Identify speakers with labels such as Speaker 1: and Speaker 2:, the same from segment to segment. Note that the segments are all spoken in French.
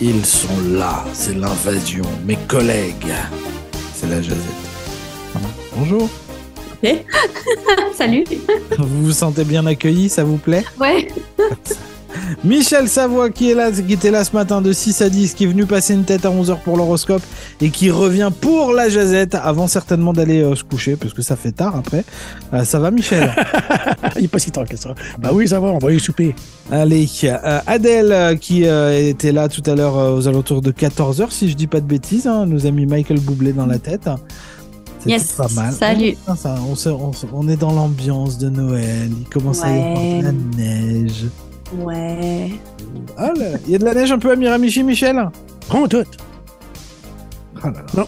Speaker 1: Ils sont là, c'est l'invasion. Mes collègues, c'est la Jazette. Voilà. Bonjour.
Speaker 2: Eh Salut.
Speaker 1: Vous vous sentez bien accueilli, ça vous plaît
Speaker 2: Ouais.
Speaker 1: Michel Savoie qui est là, qui était là ce matin de 6 à 10, qui est venu passer une tête à 11h pour l'horoscope et qui revient pour la jazette avant certainement d'aller euh, se coucher parce que ça fait tard après. Euh, ça va Michel
Speaker 3: Il est pas si tard que ça. Bah oui, ça va, on va aller souper.
Speaker 1: Allez, euh, Adèle euh, qui euh, était là tout à l'heure euh, aux alentours de 14h si je dis pas de bêtises, hein, nous a mis Michael Boublé dans la tête. C'était
Speaker 2: Yes,
Speaker 1: pas mal.
Speaker 2: salut.
Speaker 1: Ah, ça, on, se- on se- on est dans l'ambiance de Noël, il commence à y avoir
Speaker 2: Ouais.
Speaker 1: de la neige.
Speaker 2: Ouais.
Speaker 1: Ah là, il y a de la neige un peu à Miramichi, Michel
Speaker 3: Prends tout.
Speaker 1: Ah là là.
Speaker 3: Non.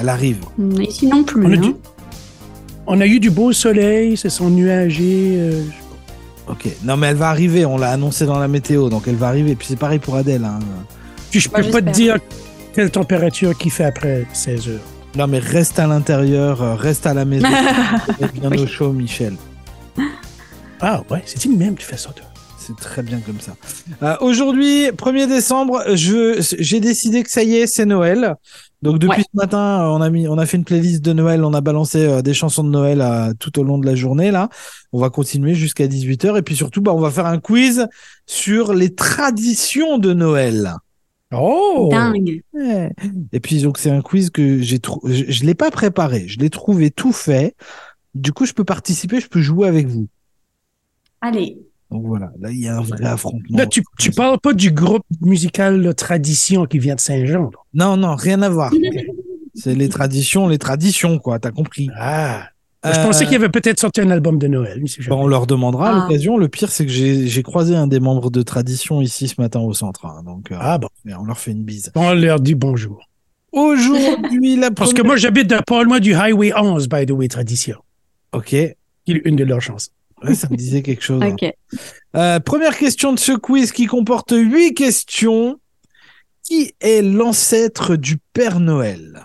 Speaker 1: Elle arrive.
Speaker 2: Mm, Ici non plus.
Speaker 3: On a,
Speaker 2: hein.
Speaker 3: du- on a eu du beau soleil, c'est son nuagé. euh,
Speaker 1: Ok. Non, mais elle va arriver. On l'a annoncé dans la météo, donc elle va arriver. Puis c'est pareil pour Adèle. hein.
Speaker 3: Puis je
Speaker 2: Moi,
Speaker 3: peux pas te
Speaker 2: j'espère.
Speaker 3: dire quelle température qu'il fait après 16 heures.
Speaker 1: Non, mais reste à l'intérieur, euh, reste à la maison. C'est bien
Speaker 2: Oui.
Speaker 1: au chaud, Michel.
Speaker 3: Ah ouais, c'est une même qui fait ça, toi.
Speaker 1: C'est très bien comme ça. Euh, Aujourd'hui, 1er décembre, je- j'ai décidé que ça y est, c'est Noël. Donc depuis
Speaker 2: Ouais.
Speaker 1: ce matin, euh, on a, mis, on a fait une playlist de Noël, on a balancé euh, des chansons de Noël euh, tout au long de la journée. Là, on va continuer jusqu'à 18h. Et puis surtout, bah, on va faire un quiz sur les traditions de Noël.
Speaker 3: Oh!
Speaker 2: Dingue.
Speaker 1: Ouais. Et puis donc c'est un quiz que j'ai trou- je, je l'ai pas préparé, je l'ai trouvé tout fait. Du coup, je peux participer, je peux jouer avec vous.
Speaker 2: Allez.
Speaker 1: Donc voilà, là il y a un vrai affrontement.
Speaker 3: Là, tu, tu parles pas du groupe musical là, Tradition qui vient de Saint-Jean. là.
Speaker 1: Non non, rien à voir. c'est les traditions, les traditions quoi, t'as compris.
Speaker 3: Ah! Je
Speaker 1: Euh,
Speaker 3: pensais qu'il y avait peut-être sorti un album de Noël. mais c'est
Speaker 1: bah,
Speaker 3: jamais-
Speaker 1: on leur demandera à
Speaker 2: Ah.
Speaker 1: l'occasion. Le pire, c'est que j'ai j'ai croisé un des membres de Tradition ici ce matin au centre. hein. donc, euh,
Speaker 3: Ah bon.
Speaker 1: on leur fait une bise.
Speaker 3: On leur dit bonjour.
Speaker 1: Aujourd'hui, la
Speaker 3: Parce que
Speaker 1: première-
Speaker 3: moi, j'habite de- pas loin du Highway 11, by the way, Tradition.
Speaker 1: Ok, ouais,
Speaker 3: Qui est une de leurs chansons.
Speaker 1: ça me disait quelque chose. hein.
Speaker 2: Ok.
Speaker 1: Euh, première question de ce quiz qui comporte huit questions. Qui est l'ancêtre du Père Noël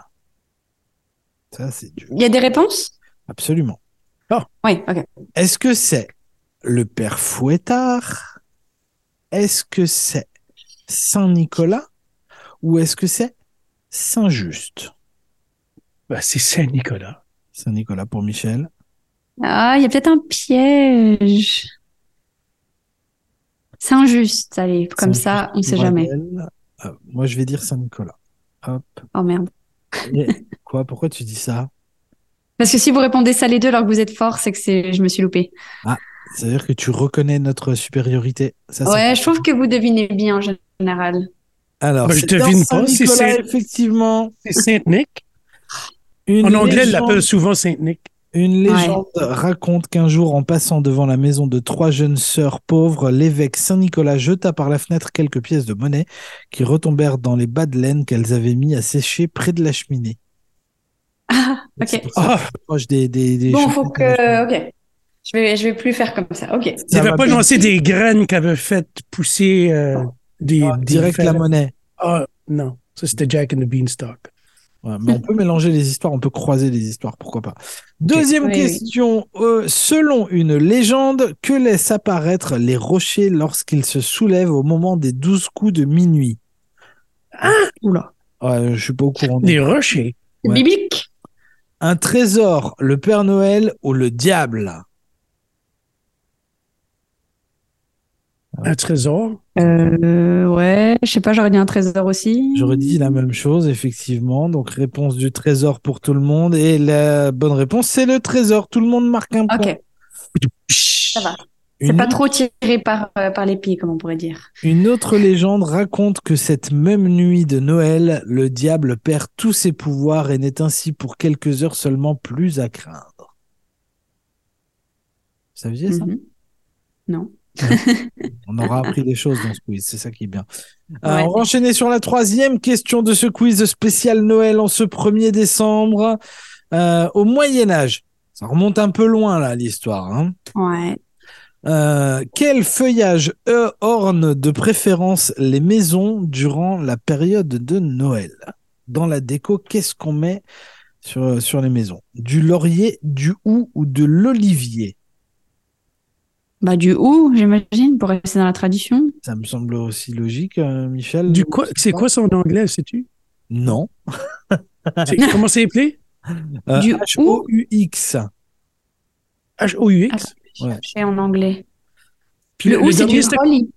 Speaker 1: Ça, c'est dur.
Speaker 2: Il y a des réponses
Speaker 1: Absolument.
Speaker 2: Oui, ok.
Speaker 1: Est-ce que c'est le Père Fouettard Est-ce que c'est Saint-Nicolas Ou est-ce que c'est Saint-Just
Speaker 3: Bah, c'est Saint-Nicolas.
Speaker 1: Saint-Nicolas pour Michel.
Speaker 2: Ah, il y a peut-être un piège. C'est injuste, allez, comme ça, on sait jamais.
Speaker 1: Bradel. Euh, moi, je vais dire Saint-Nicolas. Hop.
Speaker 2: Oh merde.
Speaker 1: Et- Quoi Pourquoi tu dis ça
Speaker 2: Parce que si vous répondez ça les deux alors que vous êtes fort, c'est que c'est je me suis loupée.
Speaker 1: C'est-à-dire que tu reconnais notre supériorité. Ça, c'est
Speaker 2: Ouais, je trouve que vous devinez bien en général.
Speaker 1: Alors,
Speaker 3: Bah, je
Speaker 1: c'est
Speaker 3: devine
Speaker 1: dans
Speaker 3: pas si
Speaker 1: Saint-Nicolas,
Speaker 3: c'est-
Speaker 1: effectivement.
Speaker 3: C'est Saint-Nic.
Speaker 1: Une
Speaker 3: En anglais, ils
Speaker 1: légende-
Speaker 3: l'appellent souvent Saint-Nic.
Speaker 1: Une
Speaker 2: Ouais.
Speaker 1: légende raconte qu'un jour, en passant devant la maison de trois jeunes sœurs pauvres, l'évêque Saint-Nicolas jeta par la fenêtre quelques pièces de monnaie qui retombèrent dans les bas de laine qu'elles avaient mis à sécher près de la cheminée.
Speaker 2: Ah,
Speaker 1: Donc,
Speaker 2: ok.
Speaker 1: c'est pour ça que
Speaker 3: Ah.
Speaker 1: je suis proche des, des, des
Speaker 2: Bon,
Speaker 1: chemins
Speaker 2: faut
Speaker 1: de la cheminée.
Speaker 2: que. Ok. Je vais, je vais plus faire comme ça. Ok.
Speaker 1: Ça
Speaker 3: Il
Speaker 1: va
Speaker 3: avait pas
Speaker 1: bien.
Speaker 3: lancé des graines qui avaient fait pousser euh, des,
Speaker 1: Ah, Ah,
Speaker 3: des
Speaker 1: direct
Speaker 3: fèves.
Speaker 1: la monnaie.
Speaker 3: Ah, non. Ça, c'était Jack and the Beanstalk.
Speaker 1: Ouais, mais on peut mélanger les histoires, on peut croiser les histoires, pourquoi pas. Deuxième
Speaker 2: Oui, oui.
Speaker 1: question. euh, selon une légende, que laissent apparaître les rochers lorsqu'ils se soulèvent au moment des douze coups de minuit
Speaker 2: Oula.
Speaker 1: Ouais, je suis pas au courant.
Speaker 3: Des rochers.
Speaker 1: Ouais.
Speaker 2: Biblique.
Speaker 1: Un trésor, le Père Noël ou le diable Ah.
Speaker 3: Un trésor.
Speaker 2: Euh, ouais, je sais pas, j'aurais dit un trésor aussi.
Speaker 1: J'aurais dit la même chose, effectivement. Donc, réponse du trésor pour tout le monde. Et la bonne réponse, c'est le trésor. Tout le monde marque un point.
Speaker 2: Ok,
Speaker 3: Ça
Speaker 2: va. c'est
Speaker 1: Une,
Speaker 2: pas trop tiré par, euh, par les pieds, comme on pourrait dire.
Speaker 1: une autre légende raconte que cette même nuit de Noël, le diable perd tous ses pouvoirs et n'est ainsi pour quelques heures seulement plus à craindre. Vous saviez ça
Speaker 2: Mhm. Non.
Speaker 1: On aura appris des choses dans ce quiz, c'est ça qui est bien. Euh,
Speaker 2: Ouais.
Speaker 1: on va enchaîner sur la troisième question de ce quiz spécial Noël en ce 1er décembre. Euh, au Moyen Âge, ça remonte un peu loin là l'histoire. hein.
Speaker 2: Ouais.
Speaker 1: Euh, quel feuillage euh, orne de préférence les maisons durant la période de Noël Dans la déco, qu'est-ce qu'on met sur, sur les maisons Du laurier, du hou ou de l'olivier
Speaker 2: Bah, du ou, j'imagine, pour rester dans la tradition.
Speaker 1: Ça me semble aussi logique, euh, Michel.
Speaker 3: Du quoi, c'est quoi son anglais, sais-tu?
Speaker 1: Non.
Speaker 2: Ah.
Speaker 3: C'est- Comment c'est appelé?
Speaker 1: Euh,
Speaker 2: Du ou
Speaker 1: H-O-U-X.
Speaker 3: H-O-U-X.
Speaker 1: Ouais.
Speaker 2: C'est en anglais.
Speaker 3: Puis
Speaker 2: Ah, le ou, c'est
Speaker 3: dernier,
Speaker 2: du
Speaker 3: c'était-
Speaker 2: Rolly.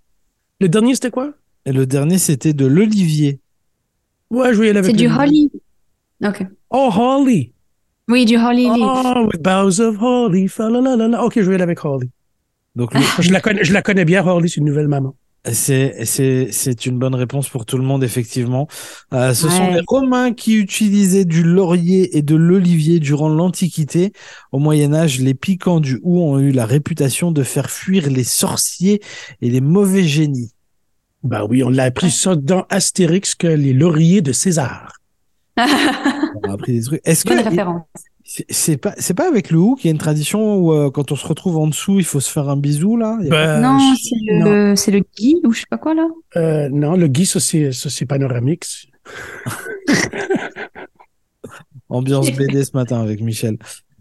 Speaker 3: le dernier, c'était quoi?
Speaker 1: Et le dernier, c'était de l'Olivier.
Speaker 3: Ouais, je vais y aller avec
Speaker 2: C'est du
Speaker 3: le-
Speaker 2: Holly. Ok.
Speaker 3: Oh, Holly.
Speaker 2: Oui, du Holly Leaf.
Speaker 3: Oh, with boughs of Holly. fa la la la la. Ok, je vais aller avec Holly.
Speaker 1: Donc, le-
Speaker 3: Je la connais, je la connais bien, Holly, c'est une nouvelle maman.
Speaker 2: Ah.
Speaker 1: c'est, c'est, c'est une bonne réponse pour tout le monde, effectivement. Euh, ce sont
Speaker 2: Ouais.
Speaker 1: les Romains qui utilisaient du laurier et de l'olivier durant l'Antiquité. Au Moyen-Âge, les piquants du hou ont eu la réputation de faire fuir les sorciers et les mauvais génies.
Speaker 3: Ben oui, on l'a appris ça dans Astérix que les lauriers de César.
Speaker 1: On a appris des trucs. Est-ce que
Speaker 2: Bonne référence.
Speaker 1: c'est, c'est pas, c'est pas avec le hou qu'il y a une tradition où, euh, quand on se retrouve en dessous, il faut se faire un bisou, là? Il y a-
Speaker 3: Ben,
Speaker 2: Euh, non,
Speaker 3: je-
Speaker 2: c'est le, c'est le Guy ou je sais pas quoi là.
Speaker 3: euh, non, le Guy, ça c'est, ça, c'est panoramique.
Speaker 1: Ambiance BD ce matin avec Michel.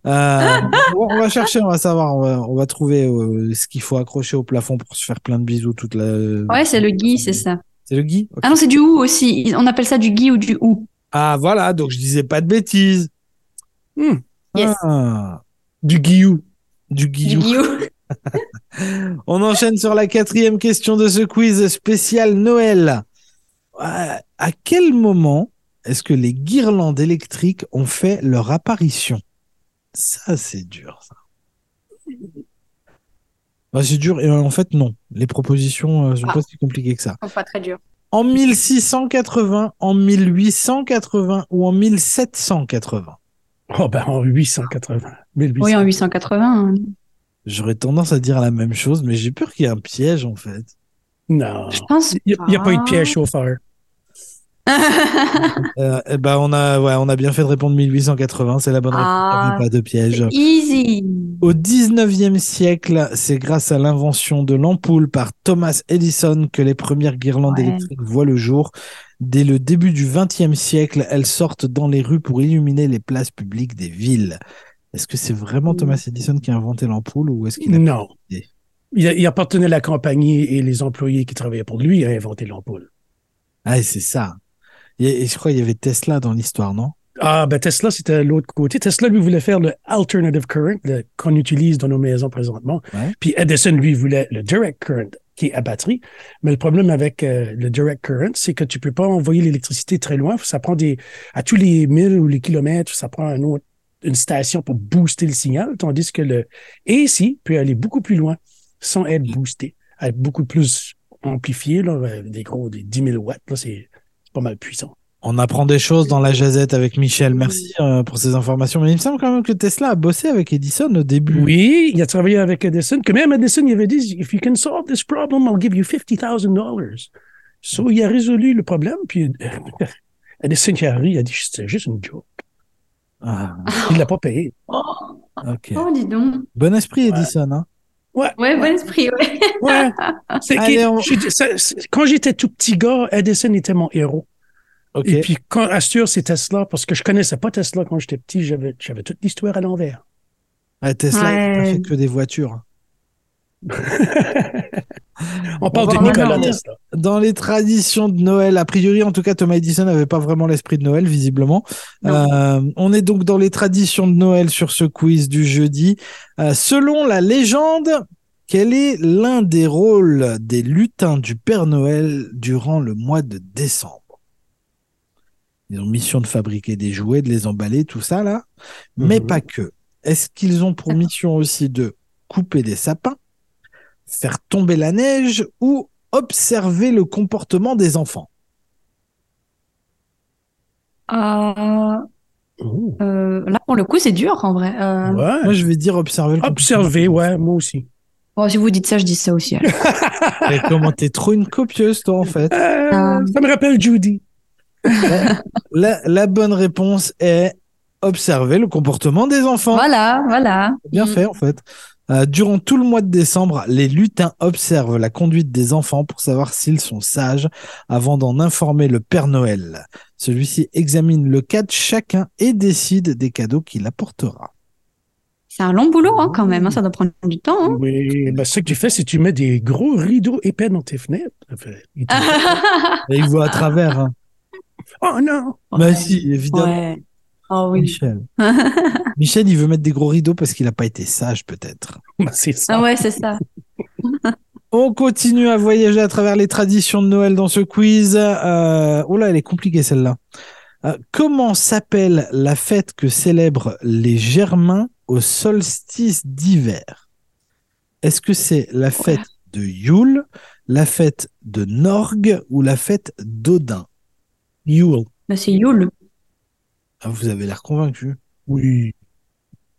Speaker 1: Euh, on on va chercher, on va savoir, on va, on va trouver euh, ce qu'il faut accrocher au plafond pour se faire plein de bisous toute la.
Speaker 2: Ouais, c'est le Guy, c'est ça.
Speaker 1: C'est le Guy. Ok.
Speaker 2: Ah non, c'est du ou aussi. Ils- On appelle ça du Guy ou du ou.
Speaker 1: Ah voilà, donc je disais pas de bêtises.
Speaker 3: Hmm.
Speaker 2: Yes.
Speaker 1: Ah,
Speaker 3: Du Guillou.
Speaker 1: du
Speaker 2: Du
Speaker 1: Guillou.
Speaker 2: Guy ou.
Speaker 1: On enchaîne sur la quatrième question de ce quiz spécial Noël. À à quel moment est-ce que les guirlandes électriques ont fait leur apparition Ça, c'est dur. Ça. Bah, c'est dur. Et euh, en fait, non. Les propositions euh, sont
Speaker 2: Ah.
Speaker 1: pas si compliquées que ça.
Speaker 2: Oh, pas très dur.
Speaker 1: En 1680, en 1880 ou en 1780
Speaker 3: Oh ben, en 880. 1800.
Speaker 2: Oui, en 880. hein.
Speaker 1: J'aurais tendance à dire la même chose, mais j'ai peur qu'il y ait un piège, en fait.
Speaker 3: Non.
Speaker 2: Je pense.
Speaker 3: Il n'y a, pas eu de
Speaker 2: Ah.
Speaker 3: piège chauffeur.
Speaker 1: Euh, eh ben, on a, ouais, on a bien fait de répondre 1880, c'est la bonne réponse.
Speaker 2: Ah.
Speaker 1: Il n'y avait pas de piège.
Speaker 2: Easy.
Speaker 1: Au 19e siècle, c'est grâce à l'invention de l'ampoule par Thomas Edison que les premières guirlandes
Speaker 2: Ouais.
Speaker 1: électriques voient le jour. Dès le début du 20e siècle, elles sortent dans les rues pour illuminer les places publiques des villes. Est-ce que c'est vraiment
Speaker 2: Mm.
Speaker 1: Thomas Edison qui a inventé l'ampoule ou est-ce qu'il a...
Speaker 3: Non.
Speaker 1: idée.
Speaker 3: Il, a- il appartenait à la compagnie et les employés qui travaillaient pour lui ont inventé l'ampoule.
Speaker 1: Ah, c'est ça. Et, et je crois qu'il y avait Tesla dans l'histoire, non
Speaker 3: Ah, ben Tesla, c'était l'autre côté. Tesla, lui, voulait faire le alternative current le- qu'on utilise dans nos maisons présentement.
Speaker 1: Ouais.
Speaker 3: Puis Edison, lui, voulait le direct current qui est à batterie. Mais le problème avec euh, le direct current, c'est que tu peux pas envoyer l'électricité très loin. Ça prend des, à tous les milles ou les kilomètres, ça prend un autre, une station pour booster le signal, tandis que le AC peut aller beaucoup plus loin sans être boosté, être beaucoup plus amplifié, là, euh, des gros, des 10 000 watts, là, c'est c'est pas mal puissant.
Speaker 1: On apprend des choses dans la jazette avec Michel. Merci euh, pour ces informations. Mais il me semble quand même que Tesla a bossé avec Edison au début.
Speaker 3: Oui, il a travaillé avec Edison, que même Edison, il avait dit, If you can solve this problem, I'll give you $50,000. So, il a résolu le problème, puis euh, Edison qui a ri, il a dit, c'est juste une joke.
Speaker 1: Ah,
Speaker 3: Il l'a pas payé.
Speaker 2: Oh,
Speaker 1: ok.
Speaker 2: oh, dis donc.
Speaker 1: Bon esprit,
Speaker 3: Ouais.
Speaker 1: Edison. Hein
Speaker 2: Ouais, bon esprit. Ouais.
Speaker 3: Ouais. C'est
Speaker 1: Allez,
Speaker 3: qu'il-
Speaker 1: on-
Speaker 3: je dis- ça- c'est- quand j'étais tout petit gars, Edison était mon héros.
Speaker 1: ok.
Speaker 3: Et puis, quand Astur, c'est Tesla, parce que je connaissais pas Tesla quand j'étais petit, j'avais j'avais toute l'histoire à l'envers.
Speaker 1: Ouais, Tesla, il a
Speaker 2: Ouais.
Speaker 1: fait que des voitures.
Speaker 3: On parle
Speaker 1: va
Speaker 3: de
Speaker 1: revenir.
Speaker 3: Nikola Tesla.
Speaker 1: Dans les traditions de Noël, a priori, en tout cas, Thomas Edison n'avait pas vraiment l'esprit de Noël, visiblement.
Speaker 2: Non.
Speaker 1: Euh, on est donc dans les traditions de Noël sur ce quiz du jeudi. Euh, selon la légende, quel est l'un des rôles des lutins du Père Noël durant le mois de décembre Ils ont mission de fabriquer des jouets, de les emballer, tout ça, là. Mais
Speaker 3: Mhm.
Speaker 1: pas que. Est-ce qu'ils ont pour
Speaker 2: D'accord.
Speaker 1: mission aussi de couper des sapins, faire tomber la neige ou observer le comportement des enfants
Speaker 2: Euh,
Speaker 3: Oh.
Speaker 2: euh, là, pour le coup, c'est dur en vrai. Euh,
Speaker 1: Moi,
Speaker 3: Ouais.
Speaker 1: je vais dire observer le
Speaker 3: Observer,
Speaker 1: comportement.
Speaker 3: ouais, moi aussi.
Speaker 2: bon, si vous dites ça, je dis ça aussi. alors.
Speaker 1: Mais comment t'es trop une copieuse, toi, en fait
Speaker 3: Euh,
Speaker 1: Ah.
Speaker 2: Euh.
Speaker 3: Ça me rappelle Judy.
Speaker 1: la, la bonne réponse est observer le comportement des enfants.
Speaker 2: voilà, voilà.
Speaker 1: Bien
Speaker 2: Mm.
Speaker 1: fait, en fait. Euh, durant tout le mois de décembre, les lutins observent la conduite des enfants pour savoir s'ils sont sages avant d'en informer le Père Noël. Celui-ci examine le cas de chacun et décide des cadeaux qu'il apportera.
Speaker 2: C'est un long boulot hein, quand même, hein, ça doit prendre du temps. hein.
Speaker 3: Oui, ben, ce que tu fais, c'est que tu mets des gros rideaux épais dans tes fenêtres. Enfin, il
Speaker 2: Ah.
Speaker 3: te-
Speaker 1: Et il voit à travers. hein.
Speaker 3: oh non!
Speaker 1: Bah si, évidemment,
Speaker 2: Ouais. Oh oui.
Speaker 1: Michel. Michel, il veut mettre des gros rideaux parce qu'il n'a pas été sage, peut-être.
Speaker 3: Ben, c'est ça.
Speaker 2: Ah ouais, c'est ça.
Speaker 1: On continue à voyager à travers les traditions de Noël dans ce quiz. Euh... Oh là, elle est compliquée celle-là. Euh, comment s'appelle la fête que célèbrent les Germains au solstice d'hiver Est-ce que c'est la fête de Yule, la fête de Norgue ou la fête d'Odin
Speaker 3: Yule.
Speaker 2: Bah, c'est Yule.
Speaker 1: Ah, Vous avez l'air convaincu.
Speaker 3: Oui.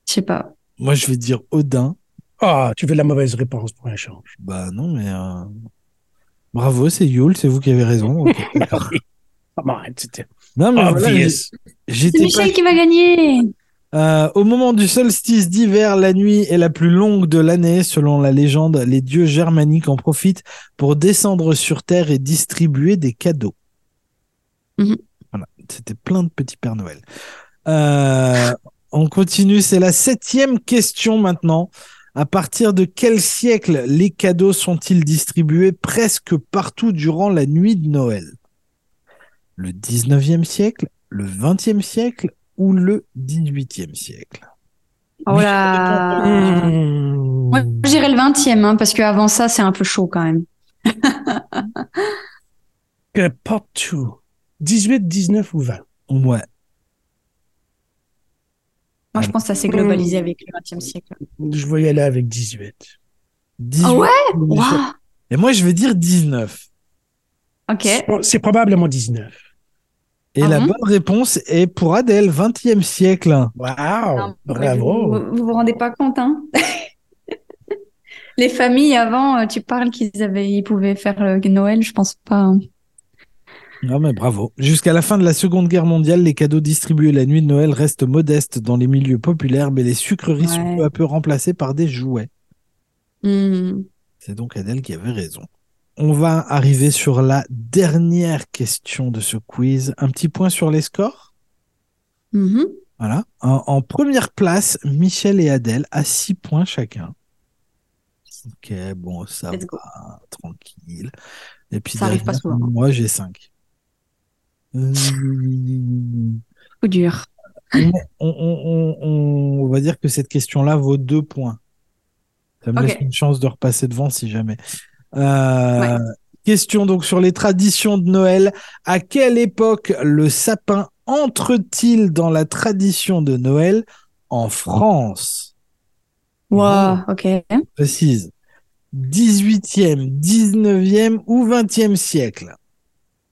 Speaker 2: Je sais pas.
Speaker 1: Moi, je vais dire Odin.
Speaker 3: Ah, tu veux la mauvaise réponse pour un change.
Speaker 1: Bah non, mais... euh, Bravo, c'est Yule, c'est vous qui avez raison. Ok.
Speaker 3: Come on, c'était
Speaker 1: non,
Speaker 2: Ah,
Speaker 1: mais voilà,
Speaker 3: obvious.
Speaker 2: C'est
Speaker 1: j'étais pas
Speaker 2: Michel qui va gagner.
Speaker 1: Euh, au moment du solstice d'hiver, la nuit est la plus longue de l'année. Selon la légende, les dieux germaniques en profitent pour descendre sur Terre et distribuer des cadeaux.
Speaker 2: Mhm.
Speaker 1: Voilà, c'était plein de petits Pères Noël. Euh, on continue, c'est la septième question maintenant. À partir de quel siècle les cadeaux sont-ils distribués presque partout durant la nuit de Noël Le 19e siècle, le 20e siècle ou le 18e siècle
Speaker 2: Oh là.
Speaker 3: Hmm.
Speaker 2: Moi, j'irai le 20e, hein, parce qu'avant ça, c'est un peu chaud quand même.
Speaker 3: Que partout. 18, 19 ou 20.
Speaker 1: Ouais.
Speaker 2: Moi, je pense que ça s'est globalisé avec le 20e siècle.
Speaker 3: Je vais y aller avec 18.
Speaker 1: 18.
Speaker 2: Ah ouais Waouh
Speaker 1: Et moi, je vais dire 19.
Speaker 2: Ok.
Speaker 3: Bon, C'est probablement 19.
Speaker 1: Et
Speaker 2: Ah
Speaker 1: la
Speaker 2: bon
Speaker 1: bonne réponse est pour Adèle, 20e siècle.
Speaker 3: Wow!
Speaker 2: Non,
Speaker 3: bravo!
Speaker 2: Hein, Vous, vous vous rendez pas compte, hein Les familles avant, euh, tu parles qu'ils avaient, ils pouvaient faire le Noël, je pense pas. hein.
Speaker 1: Non, Ah, mais bravo. Jusqu'à la fin de la Seconde Guerre mondiale, les cadeaux distribués la nuit de Noël restent modestes dans les milieux populaires, mais les sucreries sont
Speaker 2: Ouais.
Speaker 1: peu à peu remplacées par des jouets.
Speaker 2: Hmm.
Speaker 1: C'est donc Adèle qui avait raison. On va arriver sur la dernière question de ce quiz. Un petit point sur les scores.
Speaker 2: Mhm.
Speaker 1: Voilà. En, en première place, Michel et Adèle à 6 points chacun. Ok, bon, ça
Speaker 2: Let's go.
Speaker 1: va, tranquille. Et puis
Speaker 2: Ça arrive pas
Speaker 1: derrière,
Speaker 2: souvent.
Speaker 1: moi, j'ai 5. on,
Speaker 2: Coup dur.
Speaker 1: on- on- on- on va dire que cette question-là vaut 2 points. Ça me
Speaker 2: Ok.
Speaker 1: laisse une chance de repasser devant si jamais. Euh, Question donc sur les traditions de Noël. À quelle époque le sapin entre-t-il dans la tradition de Noël en France Mm-hmm.
Speaker 2: Waouh, ok.
Speaker 1: précise. 18e, 19e ou 20e siècle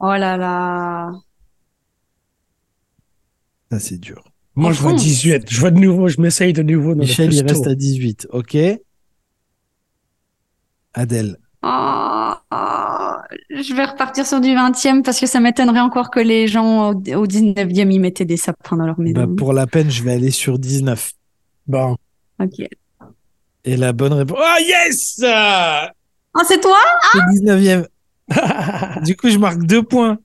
Speaker 2: Oh là là.
Speaker 1: Ça, c'est dur.
Speaker 3: Moi,
Speaker 2: En
Speaker 3: je vois
Speaker 2: France.
Speaker 3: 18. Je vois de nouveau, je m'essaye de nouveau. Dans
Speaker 1: Michel,
Speaker 3: le
Speaker 1: il
Speaker 3: plus
Speaker 1: reste
Speaker 3: tôt.
Speaker 1: à 18, ok Adèle,
Speaker 2: Ah, ah, je vais repartir sur du 20e parce que ça m'étonnerait encore que les gens au, au 19e y mettaient des sapins dans leur
Speaker 1: bah,
Speaker 2: maison.
Speaker 1: pour la peine, je vais aller sur 19.
Speaker 3: Bon.
Speaker 2: Ok.
Speaker 1: Et la bonne réponse.
Speaker 3: Oh, yes!
Speaker 2: Ah, c'est toi?
Speaker 1: C'est 19e. Du coup, je marque deux points.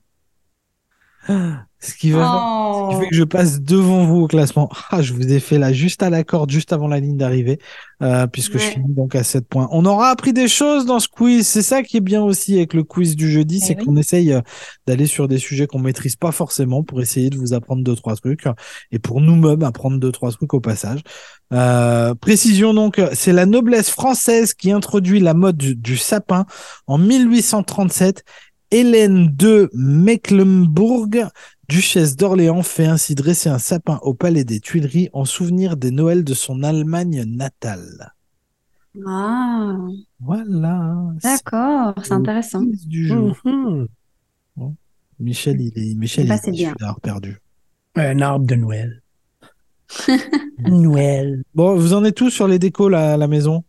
Speaker 1: Ah, Ce qui va faire- ce qui
Speaker 2: Oh.
Speaker 1: fait que je passe devant vous au classement. Ah, je vous ai fait là juste à la corde, juste avant la ligne d'arrivée, euh, puisque je
Speaker 2: Ouais.
Speaker 1: finis donc à 7 points. On aura appris des choses dans ce quiz. C'est ça qui est bien aussi avec le quiz du jeudi,
Speaker 2: Eh
Speaker 1: c'est
Speaker 2: oui.
Speaker 1: qu'on essaye euh, d'aller sur des sujets qu'on maîtrise pas forcément pour essayer de vous apprendre deux, trois trucs euh, et pour nous-mêmes apprendre deux, trois trucs au passage. Euh, précision donc, euh, c'est la noblesse française qui introduit la mode du, du sapin en 1837. Hélène de Mecklembourg duchesse d'Orléans fait ainsi dresser un sapin au palais des Tuileries en souvenir des Noëls de son Allemagne natale.
Speaker 2: Ah,
Speaker 1: Voilà. c'est
Speaker 2: d'accord, Mmh. c'est intéressant.
Speaker 1: le quiz du jour.
Speaker 3: Mhm.
Speaker 1: Michel, il est, Michel,
Speaker 2: Bah,
Speaker 1: il est
Speaker 2: c'est
Speaker 1: déçu
Speaker 2: bien.
Speaker 1: d'avoir perdu.
Speaker 3: Un arbre de Noël. Noël.
Speaker 1: Bon, vous en êtes tous sur les décos là, à la maison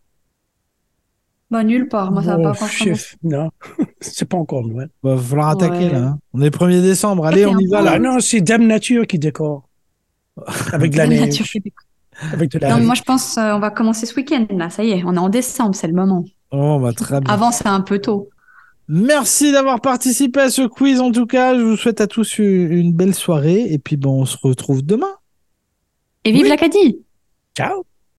Speaker 2: Bah, nulle part, moi, ça va
Speaker 3: Bon,
Speaker 2: pas franchement.
Speaker 3: chef, Non, c'est pas encore Noël.
Speaker 1: Va falloir attaquer
Speaker 2: Ouais.
Speaker 1: là. hein. On est 1er décembre. Allez,
Speaker 2: Ok,
Speaker 1: on y va
Speaker 2: on
Speaker 1: là.
Speaker 3: Ah non, c'est Dame Nature qui décore. Avec de la
Speaker 2: Dame
Speaker 3: neige,
Speaker 2: Nature Québec.
Speaker 3: avec de la
Speaker 2: Non, moi je pense euh, on va commencer ce week-end là, ça y est, on est en décembre, c'est le moment.
Speaker 1: Oh, bah, très bien.
Speaker 2: Avant c'est un peu tôt.
Speaker 1: Merci d'avoir participé à ce quiz en tout cas. Je vous souhaite à tous une une belle soirée. Et puis, bon, on se retrouve demain.
Speaker 2: Et vive l'Acadie!
Speaker 3: Ciao!